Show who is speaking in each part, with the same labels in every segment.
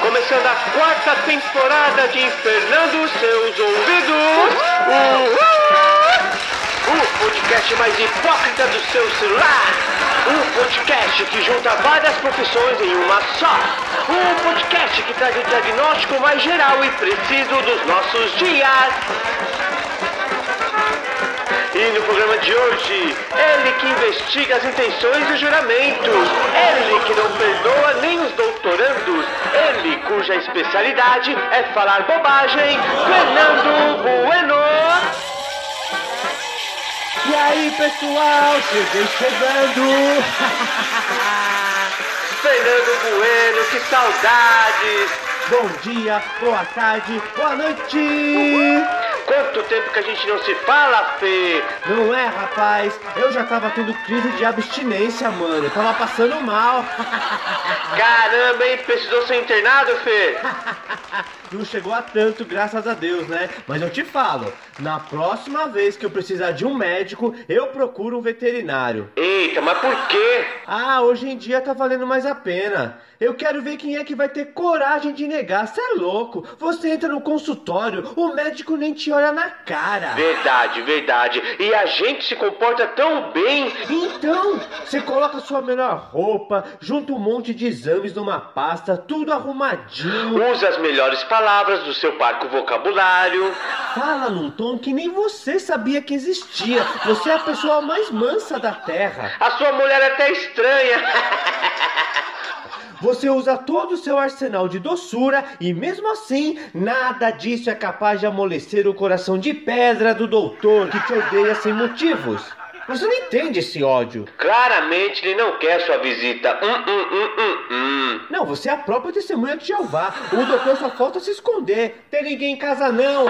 Speaker 1: começando a quarta temporada de Fernando Seus Ouvidos. Uhul! O podcast mais hipócrita do seu celular. Um podcast que junta várias profissões em uma só. Um podcast que traz o diagnóstico mais geral e preciso dos nossos dias. E no programa de hoje, ele que investiga as intenções e os juramentos, ele que não perdoa nem os doutorandos, ele cuja especialidade é falar bobagem, Fernando Bueno.
Speaker 2: E aí, pessoal, cheguei chegando.
Speaker 1: Fernando Bueno, que saudades!
Speaker 2: Bom dia, boa tarde, boa noite.
Speaker 1: Quanto tempo que a gente não se fala, Fê?
Speaker 2: Não é, rapaz? Eu já tava tendo crise de abstinência, mano. Eu tava passando mal.
Speaker 1: Caramba, hein? Precisou ser internado, Fê?
Speaker 2: Não chegou a tanto, graças a Deus, né? Mas eu te falo, na próxima vez que eu precisar de um médico, eu procuro um veterinário.
Speaker 1: Eita, mas por quê?
Speaker 2: Ah, hoje em dia tá valendo mais a pena. Eu quero ver quem é que vai ter coragem de negar. Você é louco? Você entra no consultório, o médico nem te olha na cara.
Speaker 1: Verdade, verdade. E a gente se comporta tão bem.
Speaker 2: Então, você coloca sua melhor roupa, junta um monte de exames numa pasta, tudo arrumadinho,
Speaker 1: Usa as melhores palavras do seu parco vocabulário.
Speaker 2: fala num tom que nem você sabia que existia. Você é a pessoa mais mansa da Terra.
Speaker 1: A sua mulher é até estranha.
Speaker 2: Você usa todo o seu arsenal de doçura e mesmo assim, nada disso é capaz de amolecer o coração de pedra do doutor que te odeia sem motivos. Você não entende esse ódio.
Speaker 1: Claramente ele não quer sua visita. Hum, hum, hum, hum, hum.
Speaker 2: Não, você é a própria testemunha de Jeová. O doutor só falta se esconder. Tem ninguém em casa, não.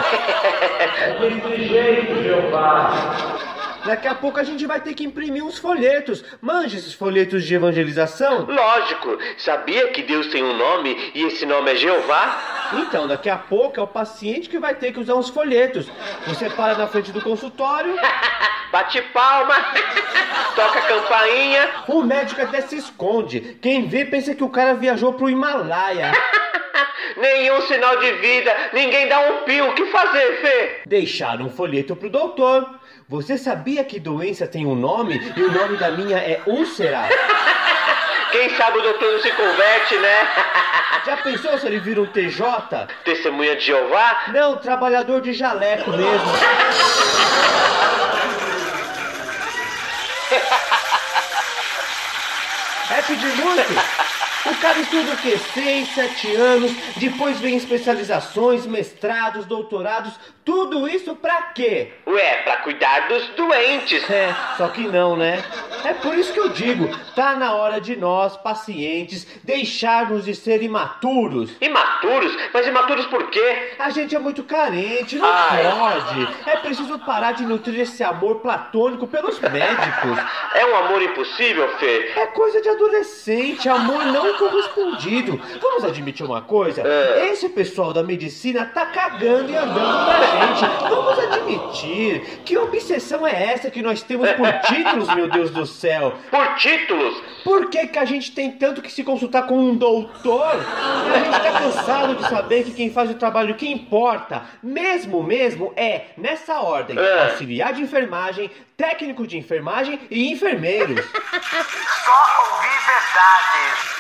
Speaker 2: Daqui a pouco a gente vai ter que imprimir uns folhetos. Mande esses folhetos de evangelização.
Speaker 1: Lógico, sabia que Deus tem um nome e esse nome é Jeová?
Speaker 2: Então, daqui a pouco é o paciente que vai ter que usar uns folhetos. Você para na frente do consultório,
Speaker 1: Bate palma, toca campainha.
Speaker 2: o médico até se esconde. Quem vê pensa que o cara viajou pro Himalaia.
Speaker 1: Nenhum sinal de vida, ninguém dá um pio. O que fazer, Fê?
Speaker 2: Deixaram um folheto pro doutor. Você sabia que doença tem um nome e o nome da minha é úlcera?
Speaker 1: Quem sabe o doutor não se converte, né?
Speaker 2: Já pensou se ele vira um TJ?
Speaker 1: Testemunha de Jeová?
Speaker 2: Não, trabalhador de jaleco mesmo. É pedir muito? O cara estuda o quê? 6, 7 anos, depois vem especializações, mestrados, doutorados, tudo isso pra quê?
Speaker 1: Ué, pra cuidar dos doentes.
Speaker 2: É, só que não, né? É por isso que eu digo, tá na hora de nós, pacientes, deixarmos de ser imaturos.
Speaker 1: Imaturos? Mas imaturos por quê?
Speaker 2: A gente é muito carente, não
Speaker 1: Ai.
Speaker 2: pode. É preciso parar de nutrir esse amor platônico pelos médicos.
Speaker 1: É um amor impossível, Fê?
Speaker 2: É coisa de adolescente, amor não correspondido. Vamos admitir uma coisa?
Speaker 1: É.
Speaker 2: Esse pessoal da medicina tá cagando e andando pra gente. Vamos admitir. Que obsessão é essa que nós temos por títulos, meu Deus do céu?
Speaker 1: Por títulos?
Speaker 2: Por que, que a gente tem tanto que se consultar com um doutor? A gente tá cansado de saber que quem faz o trabalho que importa, mesmo mesmo, é, nessa ordem,
Speaker 1: É.
Speaker 2: auxiliar de enfermagem, técnico de enfermagem e enfermeiros.
Speaker 1: Só ouvi verdades.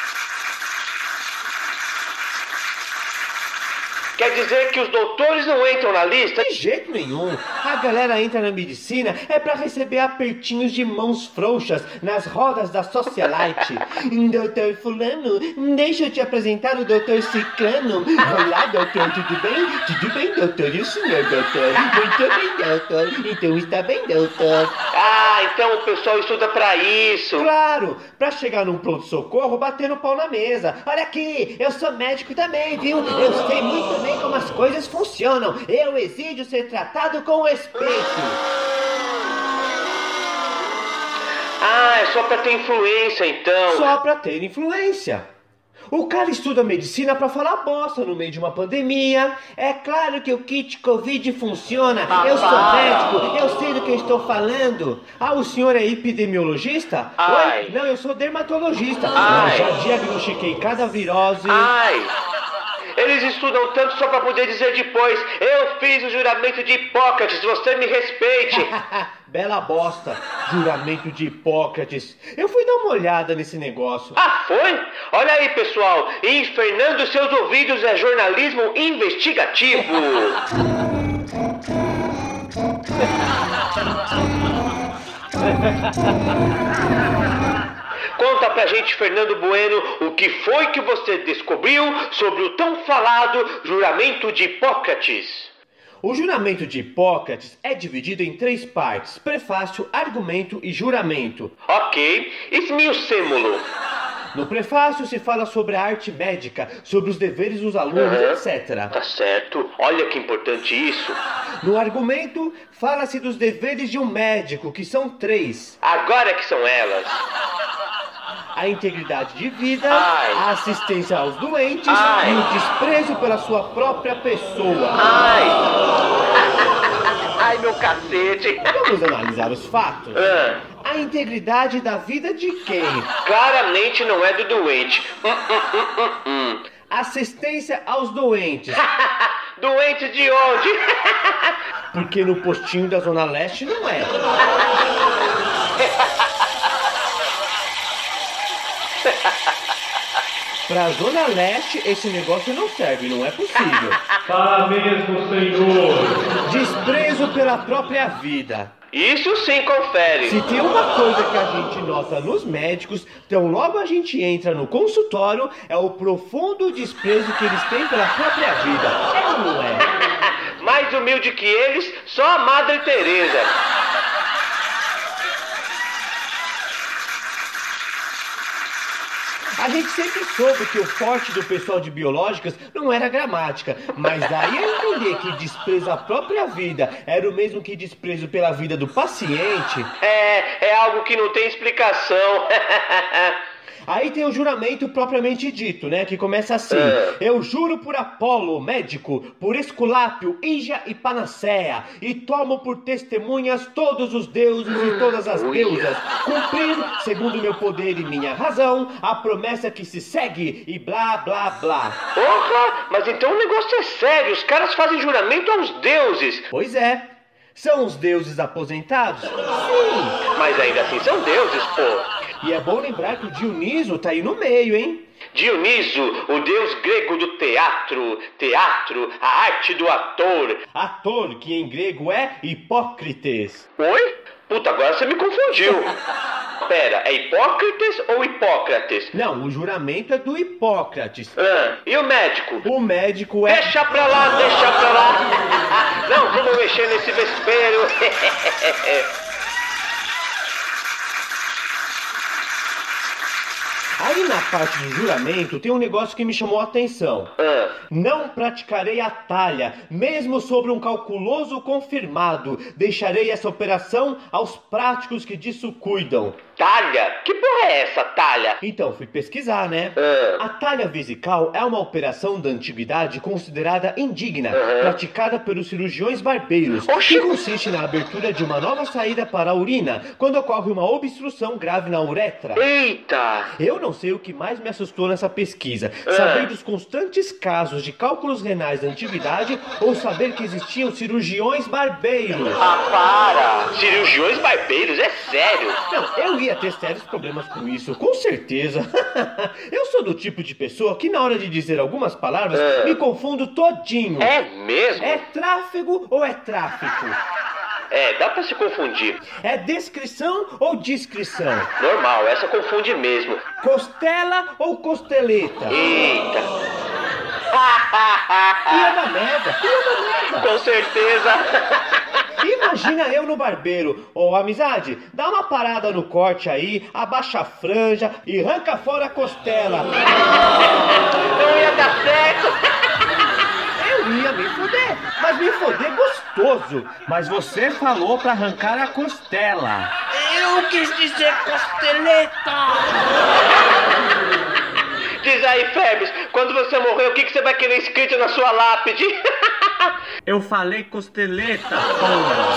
Speaker 1: Quer dizer que os doutores não entram na lista?
Speaker 2: De jeito nenhum. A galera entra na medicina é pra receber apertinhos de mãos frouxas nas rodas da socialite. doutor fulano, deixa eu te apresentar o doutor Ciclano. Olá, doutor, tudo bem? Tudo bem, doutor? E o senhor, doutor? Muito bem, doutor. Então está bem, doutor.
Speaker 1: Ah, então o pessoal estuda pra isso.
Speaker 2: Claro, pra chegar num pronto-socorro, batendo pau na mesa. Olha aqui, eu sou médico também, viu? Eu sei muito bem como as coisas funcionam. Eu exijo ser tratado com respeito.
Speaker 1: Ah, é só pra ter influência, então.
Speaker 2: Só pra ter influência. O cara estuda medicina pra falar bosta no meio de uma pandemia. É claro que o kit Covid funciona. eu sou médico, eu sei do que eu estou falando. Ah, o senhor é epidemiologista?
Speaker 1: Ai.
Speaker 2: Oi? Não, eu sou dermatologista.
Speaker 1: Ai.
Speaker 2: Mas já diagnostiquei cada virose.
Speaker 1: Ai. Eles estudam tanto só para poder dizer depois: eu fiz o juramento de Hipócrates, você me respeite.
Speaker 2: Bela bosta, juramento de Hipócrates. Eu fui dar uma olhada nesse negócio.
Speaker 1: ah, foi? Olha aí, pessoal, infernando seus ouvidos é jornalismo investigativo. Conta pra gente, Fernando Bueno, o que foi que você descobriu sobre o tão falado juramento de Hipócrates.
Speaker 2: O juramento de Hipócrates é dividido em três partes: prefácio, argumento e juramento.
Speaker 1: Ok, esmiucêmulo.
Speaker 2: No prefácio se fala sobre a arte médica, sobre os deveres dos alunos,
Speaker 1: Aham.
Speaker 2: etc.
Speaker 1: Tá certo, olha que importante isso.
Speaker 2: No argumento, fala-se dos deveres de um médico, que são três:
Speaker 1: Agora é que são elas.
Speaker 2: a integridade de vida,
Speaker 1: Ai.
Speaker 2: a assistência aos doentes
Speaker 1: Ai.
Speaker 2: e o desprezo pela sua própria pessoa.
Speaker 1: Ai! Ai, meu cacete!
Speaker 2: Vamos analisar os fatos.
Speaker 1: Ah,
Speaker 2: A integridade da vida de quem?
Speaker 1: claramente não é do doente. Hum, hum, hum, hum, hum.
Speaker 2: Assistência aos doentes.
Speaker 1: doente de onde?
Speaker 2: Porque no postinho da Zona Leste não é. Pra Zona Leste, esse negócio não serve, não é possível.
Speaker 3: Parabéns, Senhor!
Speaker 2: Desprezo pela própria vida.
Speaker 1: Isso sim confere.
Speaker 2: Se tem uma coisa que a gente nota nos médicos, então logo a gente entra no consultório, é o profundo desprezo que eles têm pela própria vida. É ou não é?
Speaker 1: Mais humilde que eles, só a Madre Teresa.
Speaker 2: A gente sempre soube que o forte do pessoal de biológicas não era a gramática, mas daí a entender que desprezo à própria vida era o mesmo que desprezo pela vida do paciente,
Speaker 1: É, é algo que não tem explicação.
Speaker 2: aí tem o juramento propriamente dito, né? Que começa assim:
Speaker 1: É.
Speaker 2: Eu juro por Apolo, médico, por Esculápio, Ija e Panacea, e tomo por testemunhas todos os deuses e todas as
Speaker 1: Ui.
Speaker 2: deusas, cumprir, segundo meu poder e minha razão, a promessa que se segue, e blá blá blá.
Speaker 1: Porra, mas então o negócio é sério. Os caras fazem juramento aos deuses.
Speaker 2: Pois é. São os deuses aposentados? Sim.
Speaker 1: Mas ainda assim são deuses, pô.
Speaker 2: E é bom lembrar que o Dioniso tá aí no meio, hein?
Speaker 1: Dioniso, o deus grego do teatro, teatro, a arte do ator.
Speaker 2: Ator, que em grego é Hipócrates.
Speaker 1: Oi? Puta, agora você me confundiu. Pera, é Hipócrates ou Hipócrates?
Speaker 2: Não, o juramento é do Hipócrates.
Speaker 1: Ah, e o médico?
Speaker 2: O médico é.
Speaker 1: Deixa pra lá, deixa pra lá. Não vamos mexer nesse vespeiro.
Speaker 2: Aí na parte do juramento tem um negócio que me chamou a atenção.
Speaker 1: Ah,
Speaker 2: Não praticarei a talha, mesmo sobre um calculoso confirmado. Deixarei essa operação aos práticos que disso cuidam.
Speaker 1: talha? Que porra é essa, talha?
Speaker 2: Então, fui pesquisar, né?
Speaker 1: Ah,
Speaker 2: A talha vesical é uma operação da antiguidade considerada indigna,
Speaker 1: Uhum.
Speaker 2: praticada pelos cirurgiões barbeiros,
Speaker 1: Oxi!
Speaker 2: que consiste na abertura de uma nova saída para a urina, quando ocorre uma obstrução grave na uretra.
Speaker 1: eita.
Speaker 2: Eu não sei o que mais me assustou nessa pesquisa, saber dos constantes casos de cálculos renais da antiguidade ou saber que existiam cirurgiões barbeiros.
Speaker 1: Ah, para. Cirurgiões barbeiros, é sério.
Speaker 2: Não, eu ia ter sérios problemas com isso, com certeza. eu sou do tipo de pessoa que na hora de dizer algumas palavras
Speaker 1: É.
Speaker 2: me confundo todinho.
Speaker 1: É mesmo?
Speaker 2: É tráfego ou é tráfico?
Speaker 1: É, dá pra se confundir.
Speaker 2: É descrição ou descrição?
Speaker 1: Normal, essa confunde mesmo.
Speaker 2: Costela ou costeleta? E
Speaker 1: Eita.
Speaker 2: é uma merda, e é uma merda.
Speaker 1: Com certeza.
Speaker 2: Imagina eu no barbeiro. Ô, amizade, dá uma parada no corte aí, abaixa a franja e arranca fora a costela.
Speaker 1: Não ia dar certo.
Speaker 2: Eu ia me foder, mas me foder gostoso. Mas você falou pra arrancar a costela.
Speaker 4: Eu quis dizer costeleta!
Speaker 1: Diz aí, Febres, quando você morrer, o que, que você vai querer escrito na sua lápide?
Speaker 2: Eu falei costeleta, porra.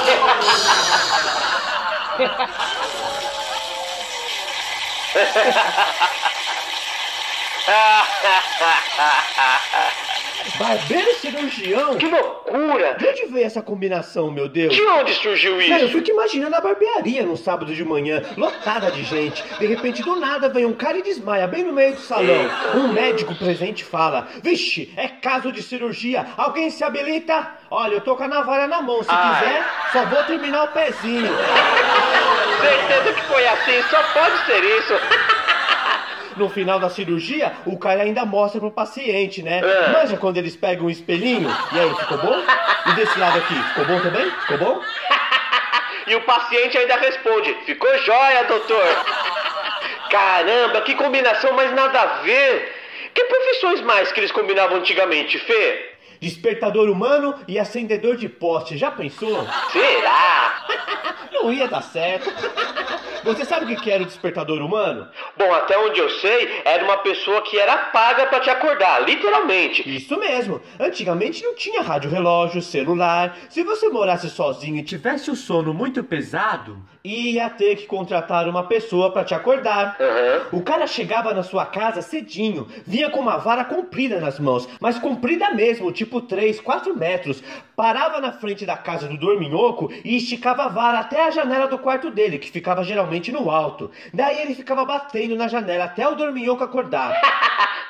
Speaker 2: Barbeiro e cirurgião?
Speaker 1: Que loucura!
Speaker 2: De onde veio essa combinação, meu Deus?
Speaker 1: De onde surgiu
Speaker 2: Cara, eu
Speaker 1: isso?
Speaker 2: fico imaginando a barbearia num sábado de manhã, lotada de gente. De repente, do nada, vem um cara e desmaia bem no meio do salão. Um médico presente fala: Vixe, é caso de cirurgia. Alguém se habilita? Olha, eu tô com a navalha na mão. Se
Speaker 1: Ah.
Speaker 2: quiser, só vou terminar o pezinho.
Speaker 1: Certeza que foi assim, só pode ser isso.
Speaker 2: No final da cirurgia, o cara ainda mostra pro paciente, né?
Speaker 1: É.
Speaker 2: Manja quando eles pegam um espelhinho. E aí, ficou bom? E desse lado aqui, ficou bom também? Ficou bom?
Speaker 1: E o paciente ainda responde: Ficou jóia, doutor. Caramba, que combinação, mas nada a ver. Que profissões mais que eles combinavam antigamente, Fê?
Speaker 2: Despertador humano e acendedor de poste. Já pensou?
Speaker 1: Será?
Speaker 2: Não ia dar certo. Você sabe o que que era o despertador humano?
Speaker 1: Bom, até onde eu sei, era uma pessoa que era paga pra te acordar, literalmente.
Speaker 2: Isso mesmo. Antigamente não tinha rádio relógio, celular. Se você morasse sozinho e tivesse o sono muito pesado, ia ter que contratar uma pessoa pra te acordar.
Speaker 1: Aham.
Speaker 2: O cara chegava na sua casa cedinho, vinha com uma vara comprida nas mãos, mas comprida mesmo, tipo 3, 4 metros. Parava na frente da casa do dorminhoco e esticava a vara até a janela do quarto dele, que ficava geralmente no alto. Daí ele ficava batendo na janela até o dorminhoco acordar.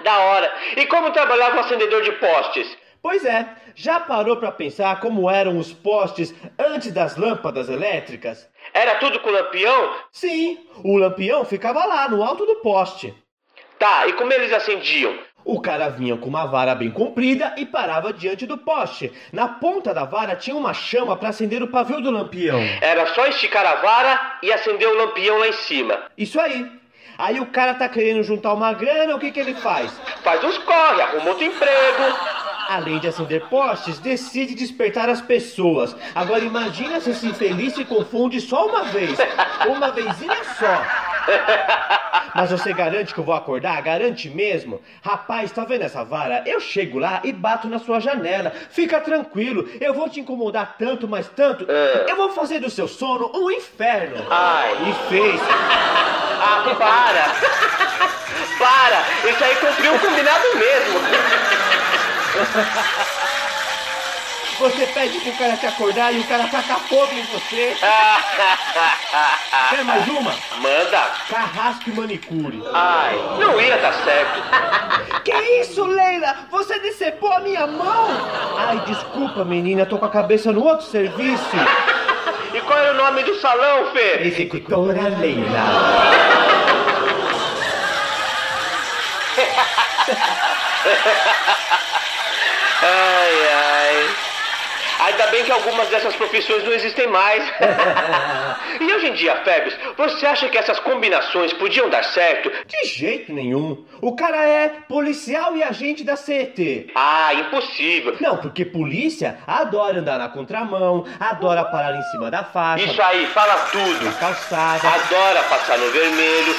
Speaker 1: Da hora. E como trabalhava o acendedor de postes?
Speaker 2: Pois é, já parou pra pensar como eram os postes antes das lâmpadas elétricas?
Speaker 1: Era tudo com lampião?
Speaker 2: Sim, o lampião ficava lá no alto do poste.
Speaker 1: Tá, e como eles acendiam?
Speaker 2: O cara vinha com uma vara bem comprida e parava diante do poste. Na ponta da vara tinha uma chama para acender o pavio do lampião.
Speaker 1: Era só esticar a vara e acender o lampião lá em cima.
Speaker 2: Isso aí. Aí o cara tá querendo juntar uma grana, o que que ele faz?
Speaker 1: Faz uns corre, arruma outro emprego.
Speaker 2: Além de acender postes, decide despertar as pessoas. Agora imagina se esse infeliz se confunde só uma vez. Uma vezinha só. Mas você garante que eu vou acordar? Garante mesmo? Rapaz, tá vendo essa vara? Eu chego lá e bato na sua janela. Fica tranquilo, eu vou te incomodar tanto, mas tanto. Eu vou fazer do seu sono um inferno.
Speaker 1: Ai.
Speaker 2: E fez.
Speaker 1: Ah, para! Para! Isso aí cumpriu o combinado mesmo.
Speaker 2: Você pede pro cara te acordar e o cara taca fogo em você. Quer mais uma?
Speaker 1: Manda!
Speaker 2: Carrasco e manicure.
Speaker 1: Ai, não ia dar certo.
Speaker 2: Que isso, Leila? Você decepou a minha mão? Ai, desculpa, menina, tô com a cabeça no outro serviço.
Speaker 1: E qual era o nome do salão, Fê?
Speaker 2: Executora Leila.
Speaker 1: Ai, ai. Ainda bem que algumas dessas profissões não existem mais. e hoje em dia, Febres, você acha que essas combinações podiam dar certo?
Speaker 2: De jeito nenhum. O cara é policial e agente da CET.
Speaker 1: Ah, impossível.
Speaker 2: Não, porque polícia adora andar na contramão, adora parar em cima da faixa,
Speaker 1: Isso aí, fala tudo.
Speaker 2: da calçada.
Speaker 1: Adora passar no vermelho.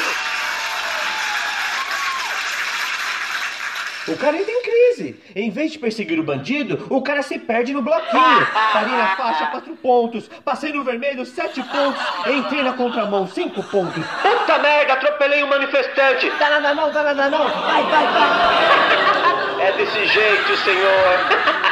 Speaker 2: O cara entra em crise. Em vez de perseguir o bandido, o cara se perde no bloquinho. Parei na faixa, quatro pontos. Passei no vermelho, sete pontos. Entrei na contramão, cinco pontos. Tá
Speaker 1: Puta merda, atropelei um manifestante.
Speaker 2: Dá nada não, dá nada não. Vai, vai, vai.
Speaker 1: É desse jeito, senhor.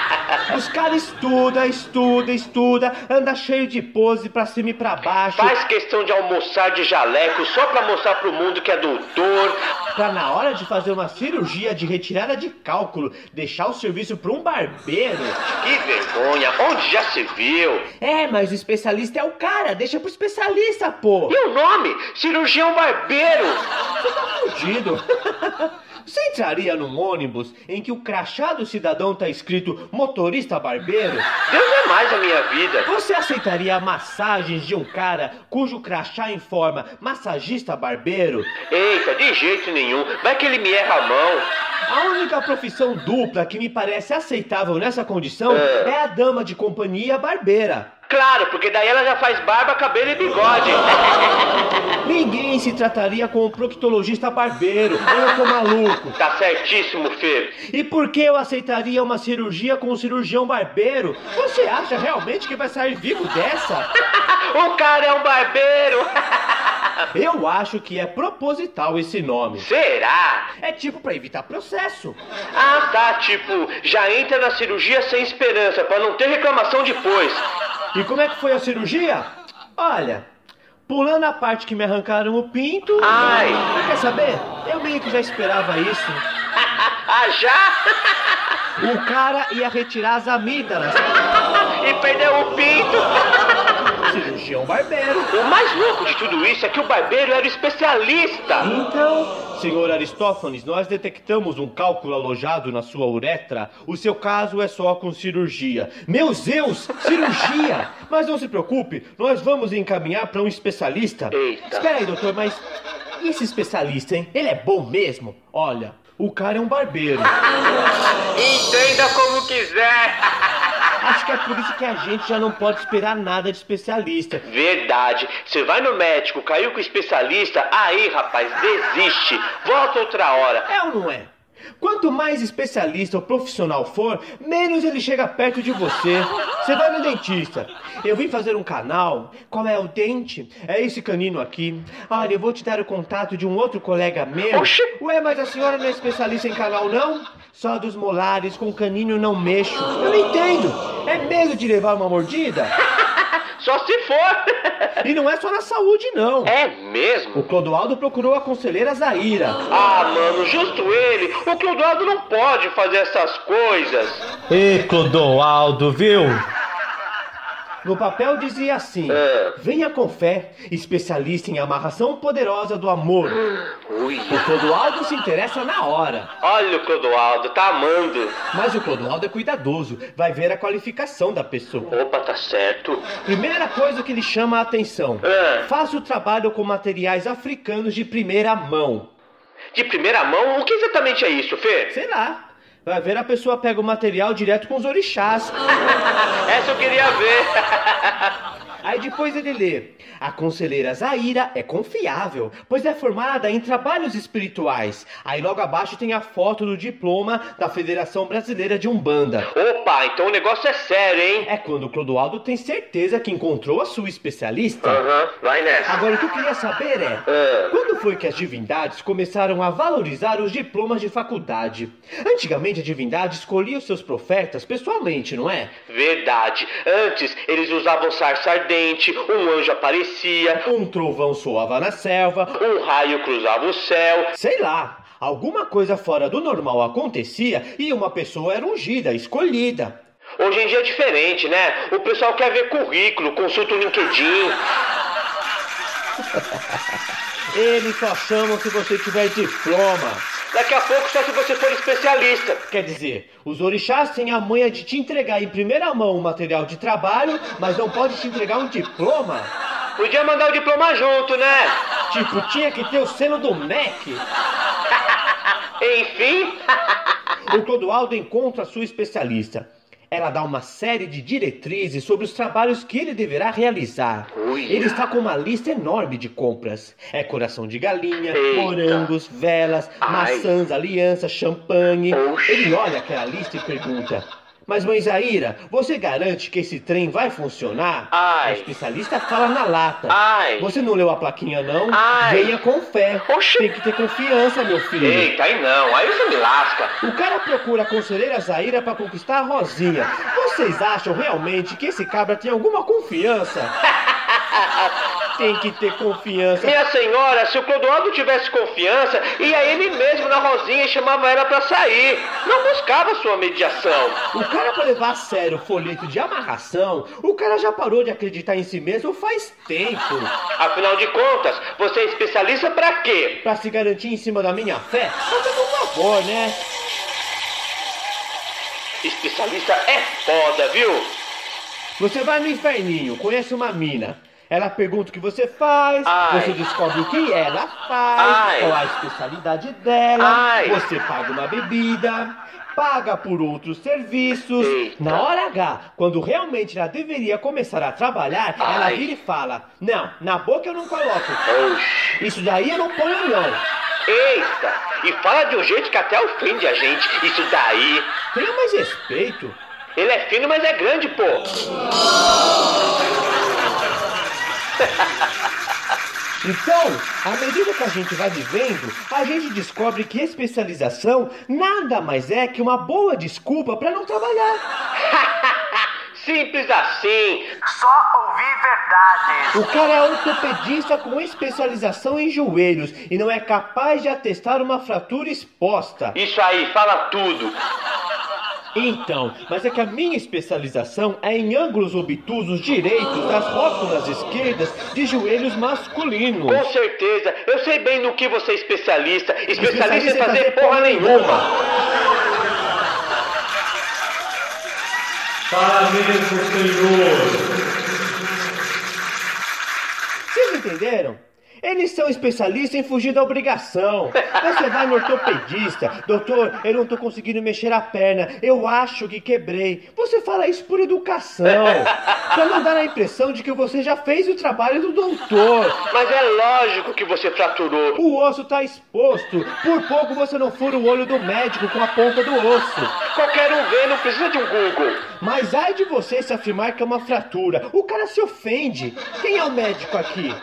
Speaker 2: Os caras estuda, estuda, estuda. Anda cheio de pose pra cima e pra baixo.
Speaker 1: Faz questão de almoçar de jaleco só pra mostrar pro mundo que é doutor.
Speaker 2: Pra na hora de fazer uma cirurgia de retirada de cálculo, deixar o serviço pra um barbeiro.
Speaker 1: Que vergonha, onde já se viu?
Speaker 2: É, mas o especialista é o cara. Deixa pro especialista, pô.
Speaker 1: E o nome? Cirurgião Barbeiro.
Speaker 2: Fudido. Você entraria num ônibus em que o crachá do cidadão tá escrito motorista barbeiro?
Speaker 1: Deus é mais a minha vida.
Speaker 2: Você aceitaria massagens de um cara cujo crachá informa massagista barbeiro?
Speaker 1: Eita, de jeito nenhum. Vai que ele me erra a mão.
Speaker 2: A única profissão dupla que me parece aceitável nessa condição é a dama de companhia barbeira.
Speaker 1: Claro, porque daí ela já faz barba, cabelo e bigode.
Speaker 2: Ninguém se trataria com o proctologista barbeiro. Eu tô maluco.
Speaker 1: Tá certíssimo, Fê.
Speaker 2: E por que eu aceitaria uma cirurgia com um cirurgião barbeiro? Você acha realmente que vai sair vivo dessa?
Speaker 1: O cara é um barbeiro.
Speaker 2: Eu acho que é proposital esse nome.
Speaker 1: Será?
Speaker 2: É tipo pra evitar processo.
Speaker 1: Ah, tá, tipo, já entra na cirurgia sem esperança, pra não ter reclamação depois.
Speaker 2: E como é que foi a cirurgia? Olha, pulando a parte que me arrancaram o pinto.
Speaker 1: Ai.
Speaker 2: Quer saber? Eu meio que já esperava isso.
Speaker 1: Ah, já?
Speaker 2: O cara ia retirar as amígdalas.
Speaker 1: E perdeu o pinto?
Speaker 2: Cirurgião barbeiro.
Speaker 1: O mais louco de tudo isso é que o barbeiro era o especialista.
Speaker 2: Então, senhor Aristófanes, nós detectamos um cálculo alojado na sua uretra. O seu caso é só com cirurgia. Meu Deus, cirurgia! Mas não se preocupe, nós vamos encaminhar para um especialista.
Speaker 1: Eita.
Speaker 2: Espera aí, doutor, mas e esse especialista, hein? Ele é bom mesmo? Olha, o cara é um barbeiro.
Speaker 1: Entenda como quiser.
Speaker 2: Acho que é por isso que a gente já não pode esperar nada de especialista.
Speaker 1: Verdade. Você vai no médico, caiu com o especialista, aí, rapaz, desiste. Volta outra hora.
Speaker 2: É ou não é? Quanto mais especialista ou profissional for, menos ele chega perto de você. Você vai no dentista. Eu vim fazer um canal. Qual é o dente? É esse canino aqui. Olha, eu vou te dar o contato de um outro colega meu.
Speaker 1: Oxi!
Speaker 2: Ué, mas a senhora não é especialista em canal, não? Só dos molares, com canino não mexo. Eu não entendo. É medo de levar uma mordida?
Speaker 1: Só se for.
Speaker 2: E não é só na saúde, não.
Speaker 1: É
Speaker 2: O
Speaker 1: mesmo?
Speaker 2: Clodoaldo procurou a conselheira Zaira.
Speaker 1: Ah, mano, justo ele. O Clodoaldo não pode fazer essas coisas.
Speaker 2: Ê, Clodoaldo, viu? No papel dizia assim:
Speaker 1: É.
Speaker 2: Venha com fé, especialista em amarração poderosa do amor.
Speaker 1: Ui.
Speaker 2: O Clodoaldo se interessa na hora,
Speaker 1: Olha o Clodoaldo, tá amando.
Speaker 2: mas o Clodoaldo é cuidadoso, vai ver a qualificação da pessoa.
Speaker 1: Opa, tá certo.
Speaker 2: Primeira coisa que ele chama a atenção:
Speaker 1: É.
Speaker 2: Faça o trabalho com materiais africanos de primeira mão.
Speaker 1: De primeira mão, o que exatamente é isso, Fê?
Speaker 2: Sei lá, vai ver a pessoa pega o material direto com os orixás.
Speaker 1: Essa eu queria ver.
Speaker 2: Aí depois ele lê: A conselheira Zaira é confiável, pois é formada em trabalhos espirituais. Aí logo abaixo tem a foto do diploma da Federação Brasileira de Umbanda.
Speaker 1: Opa, então o negócio é sério, hein?
Speaker 2: É quando o Clodoaldo tem certeza que encontrou a sua especialista.
Speaker 1: Aham, vai nessa.
Speaker 2: Agora o que eu queria saber é.
Speaker 1: Ah,
Speaker 2: Quando foi que as divindades começaram a valorizar os diplomas de faculdade? Antigamente a divindade escolhia os seus profetas pessoalmente, não é?
Speaker 1: verdade. Antes, eles usavam sarça ardente, um anjo aparecia,
Speaker 2: Um trovão soava na selva,
Speaker 1: um raio cruzava o céu.
Speaker 2: Sei lá, alguma coisa fora do normal acontecia e uma pessoa era ungida, escolhida.
Speaker 1: Hoje em dia é diferente, né? O pessoal quer ver currículo, consulta o LinkedIn.
Speaker 2: Eles só chamam se você tiver diploma.
Speaker 1: Daqui a pouco, só se você for especialista.
Speaker 2: Quer dizer, os orixás têm a manha de te entregar em primeira mão o material de trabalho, mas não pode te entregar um diploma.
Speaker 1: Podia mandar o diploma junto, né?
Speaker 2: Tipo, tinha que ter o selo do MEC.
Speaker 1: Enfim,
Speaker 2: O Clodoaldo encontra sua especialista. Ela dá uma série de diretrizes sobre os trabalhos que ele deverá realizar.
Speaker 1: Ui.
Speaker 2: Ele está com uma lista enorme de compras. É coração de galinha,
Speaker 1: Eita.
Speaker 2: morangos, velas,
Speaker 1: Ai.
Speaker 2: maçãs, aliança, champanhe.
Speaker 1: Oxi.
Speaker 2: Ele olha aquela lista e pergunta: Mas, mãe Zaira, você garante que esse trem vai funcionar?
Speaker 1: Ai.
Speaker 2: A especialista fala na lata.
Speaker 1: Ai.
Speaker 2: Você não leu a plaquinha, não?
Speaker 1: Ai.
Speaker 2: Venha com fé.
Speaker 1: Oxi.
Speaker 2: Tem que ter confiança, meu filho.
Speaker 1: eita, aí não, aí você me lasca.
Speaker 2: O cara procura a conselheira Zaira pra conquistar a Rosinha. Vocês acham realmente que esse cabra tem alguma confiança? tem que ter confiança.
Speaker 1: Minha senhora, se o Clodoaldo tivesse confiança, ia ele mesmo na Rosinha e chamava ela pra sair. Não buscava sua mediação.
Speaker 2: O cara pra levar a sério o folheto de amarração, o cara já parou de acreditar em si mesmo faz tempo.
Speaker 1: Afinal de contas, você é especialista pra quê?
Speaker 2: Pra se garantir em cima da minha fé, faça por favor, né?
Speaker 1: Especialista é foda, viu?
Speaker 2: Você vai no inferninho, conhece uma mina. Ela pergunta o que você faz,
Speaker 1: Ai.
Speaker 2: você descobre o que ela faz,
Speaker 1: Ai.
Speaker 2: qual a especialidade dela,
Speaker 1: Ai.
Speaker 2: você paga uma bebida, paga por outros serviços.
Speaker 1: Eita.
Speaker 2: Na hora H, quando realmente ela deveria começar a trabalhar, ela
Speaker 1: Ai.
Speaker 2: vira e fala: Não, na boca eu não coloco.
Speaker 1: Oxi.
Speaker 2: Isso daí eu não ponho, não.
Speaker 1: Eita! E fala de um jeito que até ofende a gente. Isso daí.
Speaker 2: Tenha mais respeito.
Speaker 1: Ele é fino, mas é grande, pô.
Speaker 2: Então, à medida que a gente vai vivendo, a gente descobre que especialização nada mais é que uma boa desculpa para não trabalhar.
Speaker 1: Simples assim.
Speaker 5: Só ouvir verdades.
Speaker 2: O cara é ortopedista com especialização em joelhos e não é capaz de atestar uma fratura exposta.
Speaker 1: Isso aí, fala tudo.
Speaker 2: Então, mas é que a minha especialização é em ângulos obtusos direitos das rótulas esquerdas de joelhos masculinos.
Speaker 1: Com certeza, eu sei bem no que você é especialista. Especialista
Speaker 2: Especialista
Speaker 1: em fazer porra nenhuma.
Speaker 3: Parabéns pro senhor.
Speaker 2: Vocês entenderam? Eles são especialistas em fugir da obrigação. Aí Você vai no ortopedista, doutor, eu não tô conseguindo mexer a perna, eu acho que quebrei. Você fala isso por educação, pra não dar a impressão de que você já fez o trabalho do doutor.
Speaker 1: Mas é lógico que você fraturou.
Speaker 2: O osso tá exposto, por pouco você não fura o olho do médico com a ponta do osso.
Speaker 1: Qualquer um vê, não precisa de um Google.
Speaker 2: Mas ai de você se afirmar que é uma fratura, o cara se ofende. Quem é o médico aqui?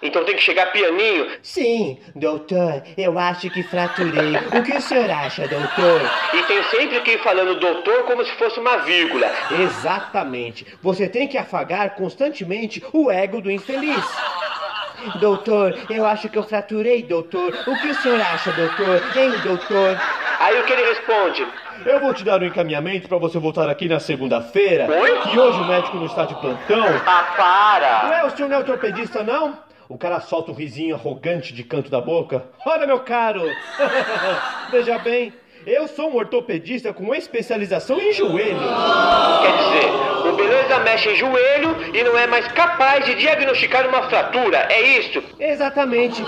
Speaker 1: Então tem que chegar pianinho
Speaker 2: Sim, doutor, eu acho que fraturei. O que o senhor acha, doutor?
Speaker 1: e tem sempre quem falando doutor como se fosse uma vírgula.
Speaker 2: Exatamente. Você tem que afagar constantemente o ego do infeliz. Doutor, eu acho que eu fraturei, doutor. O que o senhor acha, doutor? Hein, doutor?
Speaker 1: Aí o que ele responde?
Speaker 2: Eu vou te dar um encaminhamento para você voltar aqui na segunda-feira.
Speaker 1: Oi?
Speaker 2: Que hoje o médico não está de plantão.
Speaker 1: Ah, para!
Speaker 2: Não é o senhor não é ortopedista, não? O cara solta um risinho arrogante de canto da boca. Ora, meu caro! Veja bem, eu sou um ortopedista com especialização em joelho.
Speaker 1: Quer dizer, o Beleza mexe em joelho e não é mais capaz de diagnosticar uma fratura, é isso?
Speaker 2: Exatamente.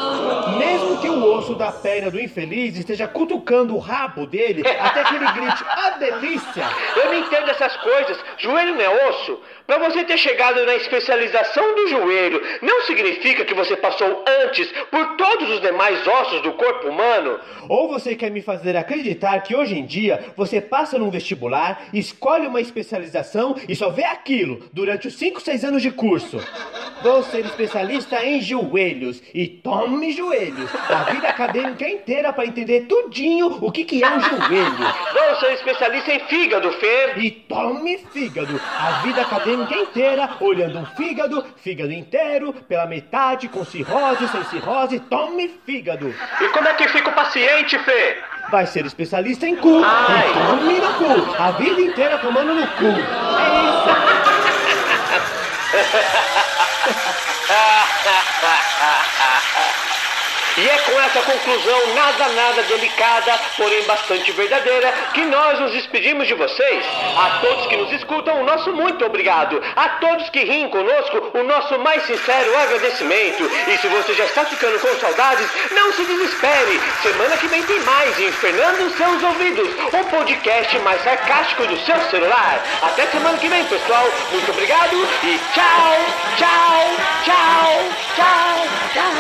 Speaker 2: Mesmo que o osso da perna do infeliz esteja cutucando o rabo dele até que ele grite, a delícia!
Speaker 1: Eu não entendo essas coisas. Joelho não é osso? Pra você ter chegado na especialização do joelho, não significa que você passou um antes por todos os demais ossos do corpo humano?
Speaker 2: Ou você quer me fazer acreditar que hoje em dia você passa num vestibular, escolhe uma especialização e só vê aquilo durante os 5, 6 anos de curso? Vou ser especialista em joelhos e tome joelhos. A vida acadêmica é inteira para entender tudinho o que, que é um joelho.
Speaker 1: Não, sou é especialista em fígado, Fê.
Speaker 2: E tome fígado. A vida acadêmica inteira olhando um fígado, fígado inteiro, pela metade, com cirrose, sem cirrose, tome fígado.
Speaker 1: E como é que fica o paciente, Fê?
Speaker 2: Vai ser especialista em cu.
Speaker 1: Ai.
Speaker 2: E tome no cu. A vida inteira tomando no cu. É
Speaker 1: E é com essa conclusão nada, nada delicada, porém bastante verdadeira, que nós nos despedimos de vocês. A todos que nos escutam, o nosso muito obrigado. A todos que riem conosco, o nosso mais sincero agradecimento. E se você já está ficando com saudades, não se desespere. Semana que vem tem mais em Fernando em Seus Ouvidos, o podcast mais sarcástico do seu celular. Até semana que vem, pessoal. Muito obrigado e tchau, tchau, tchau, tchau, tchau.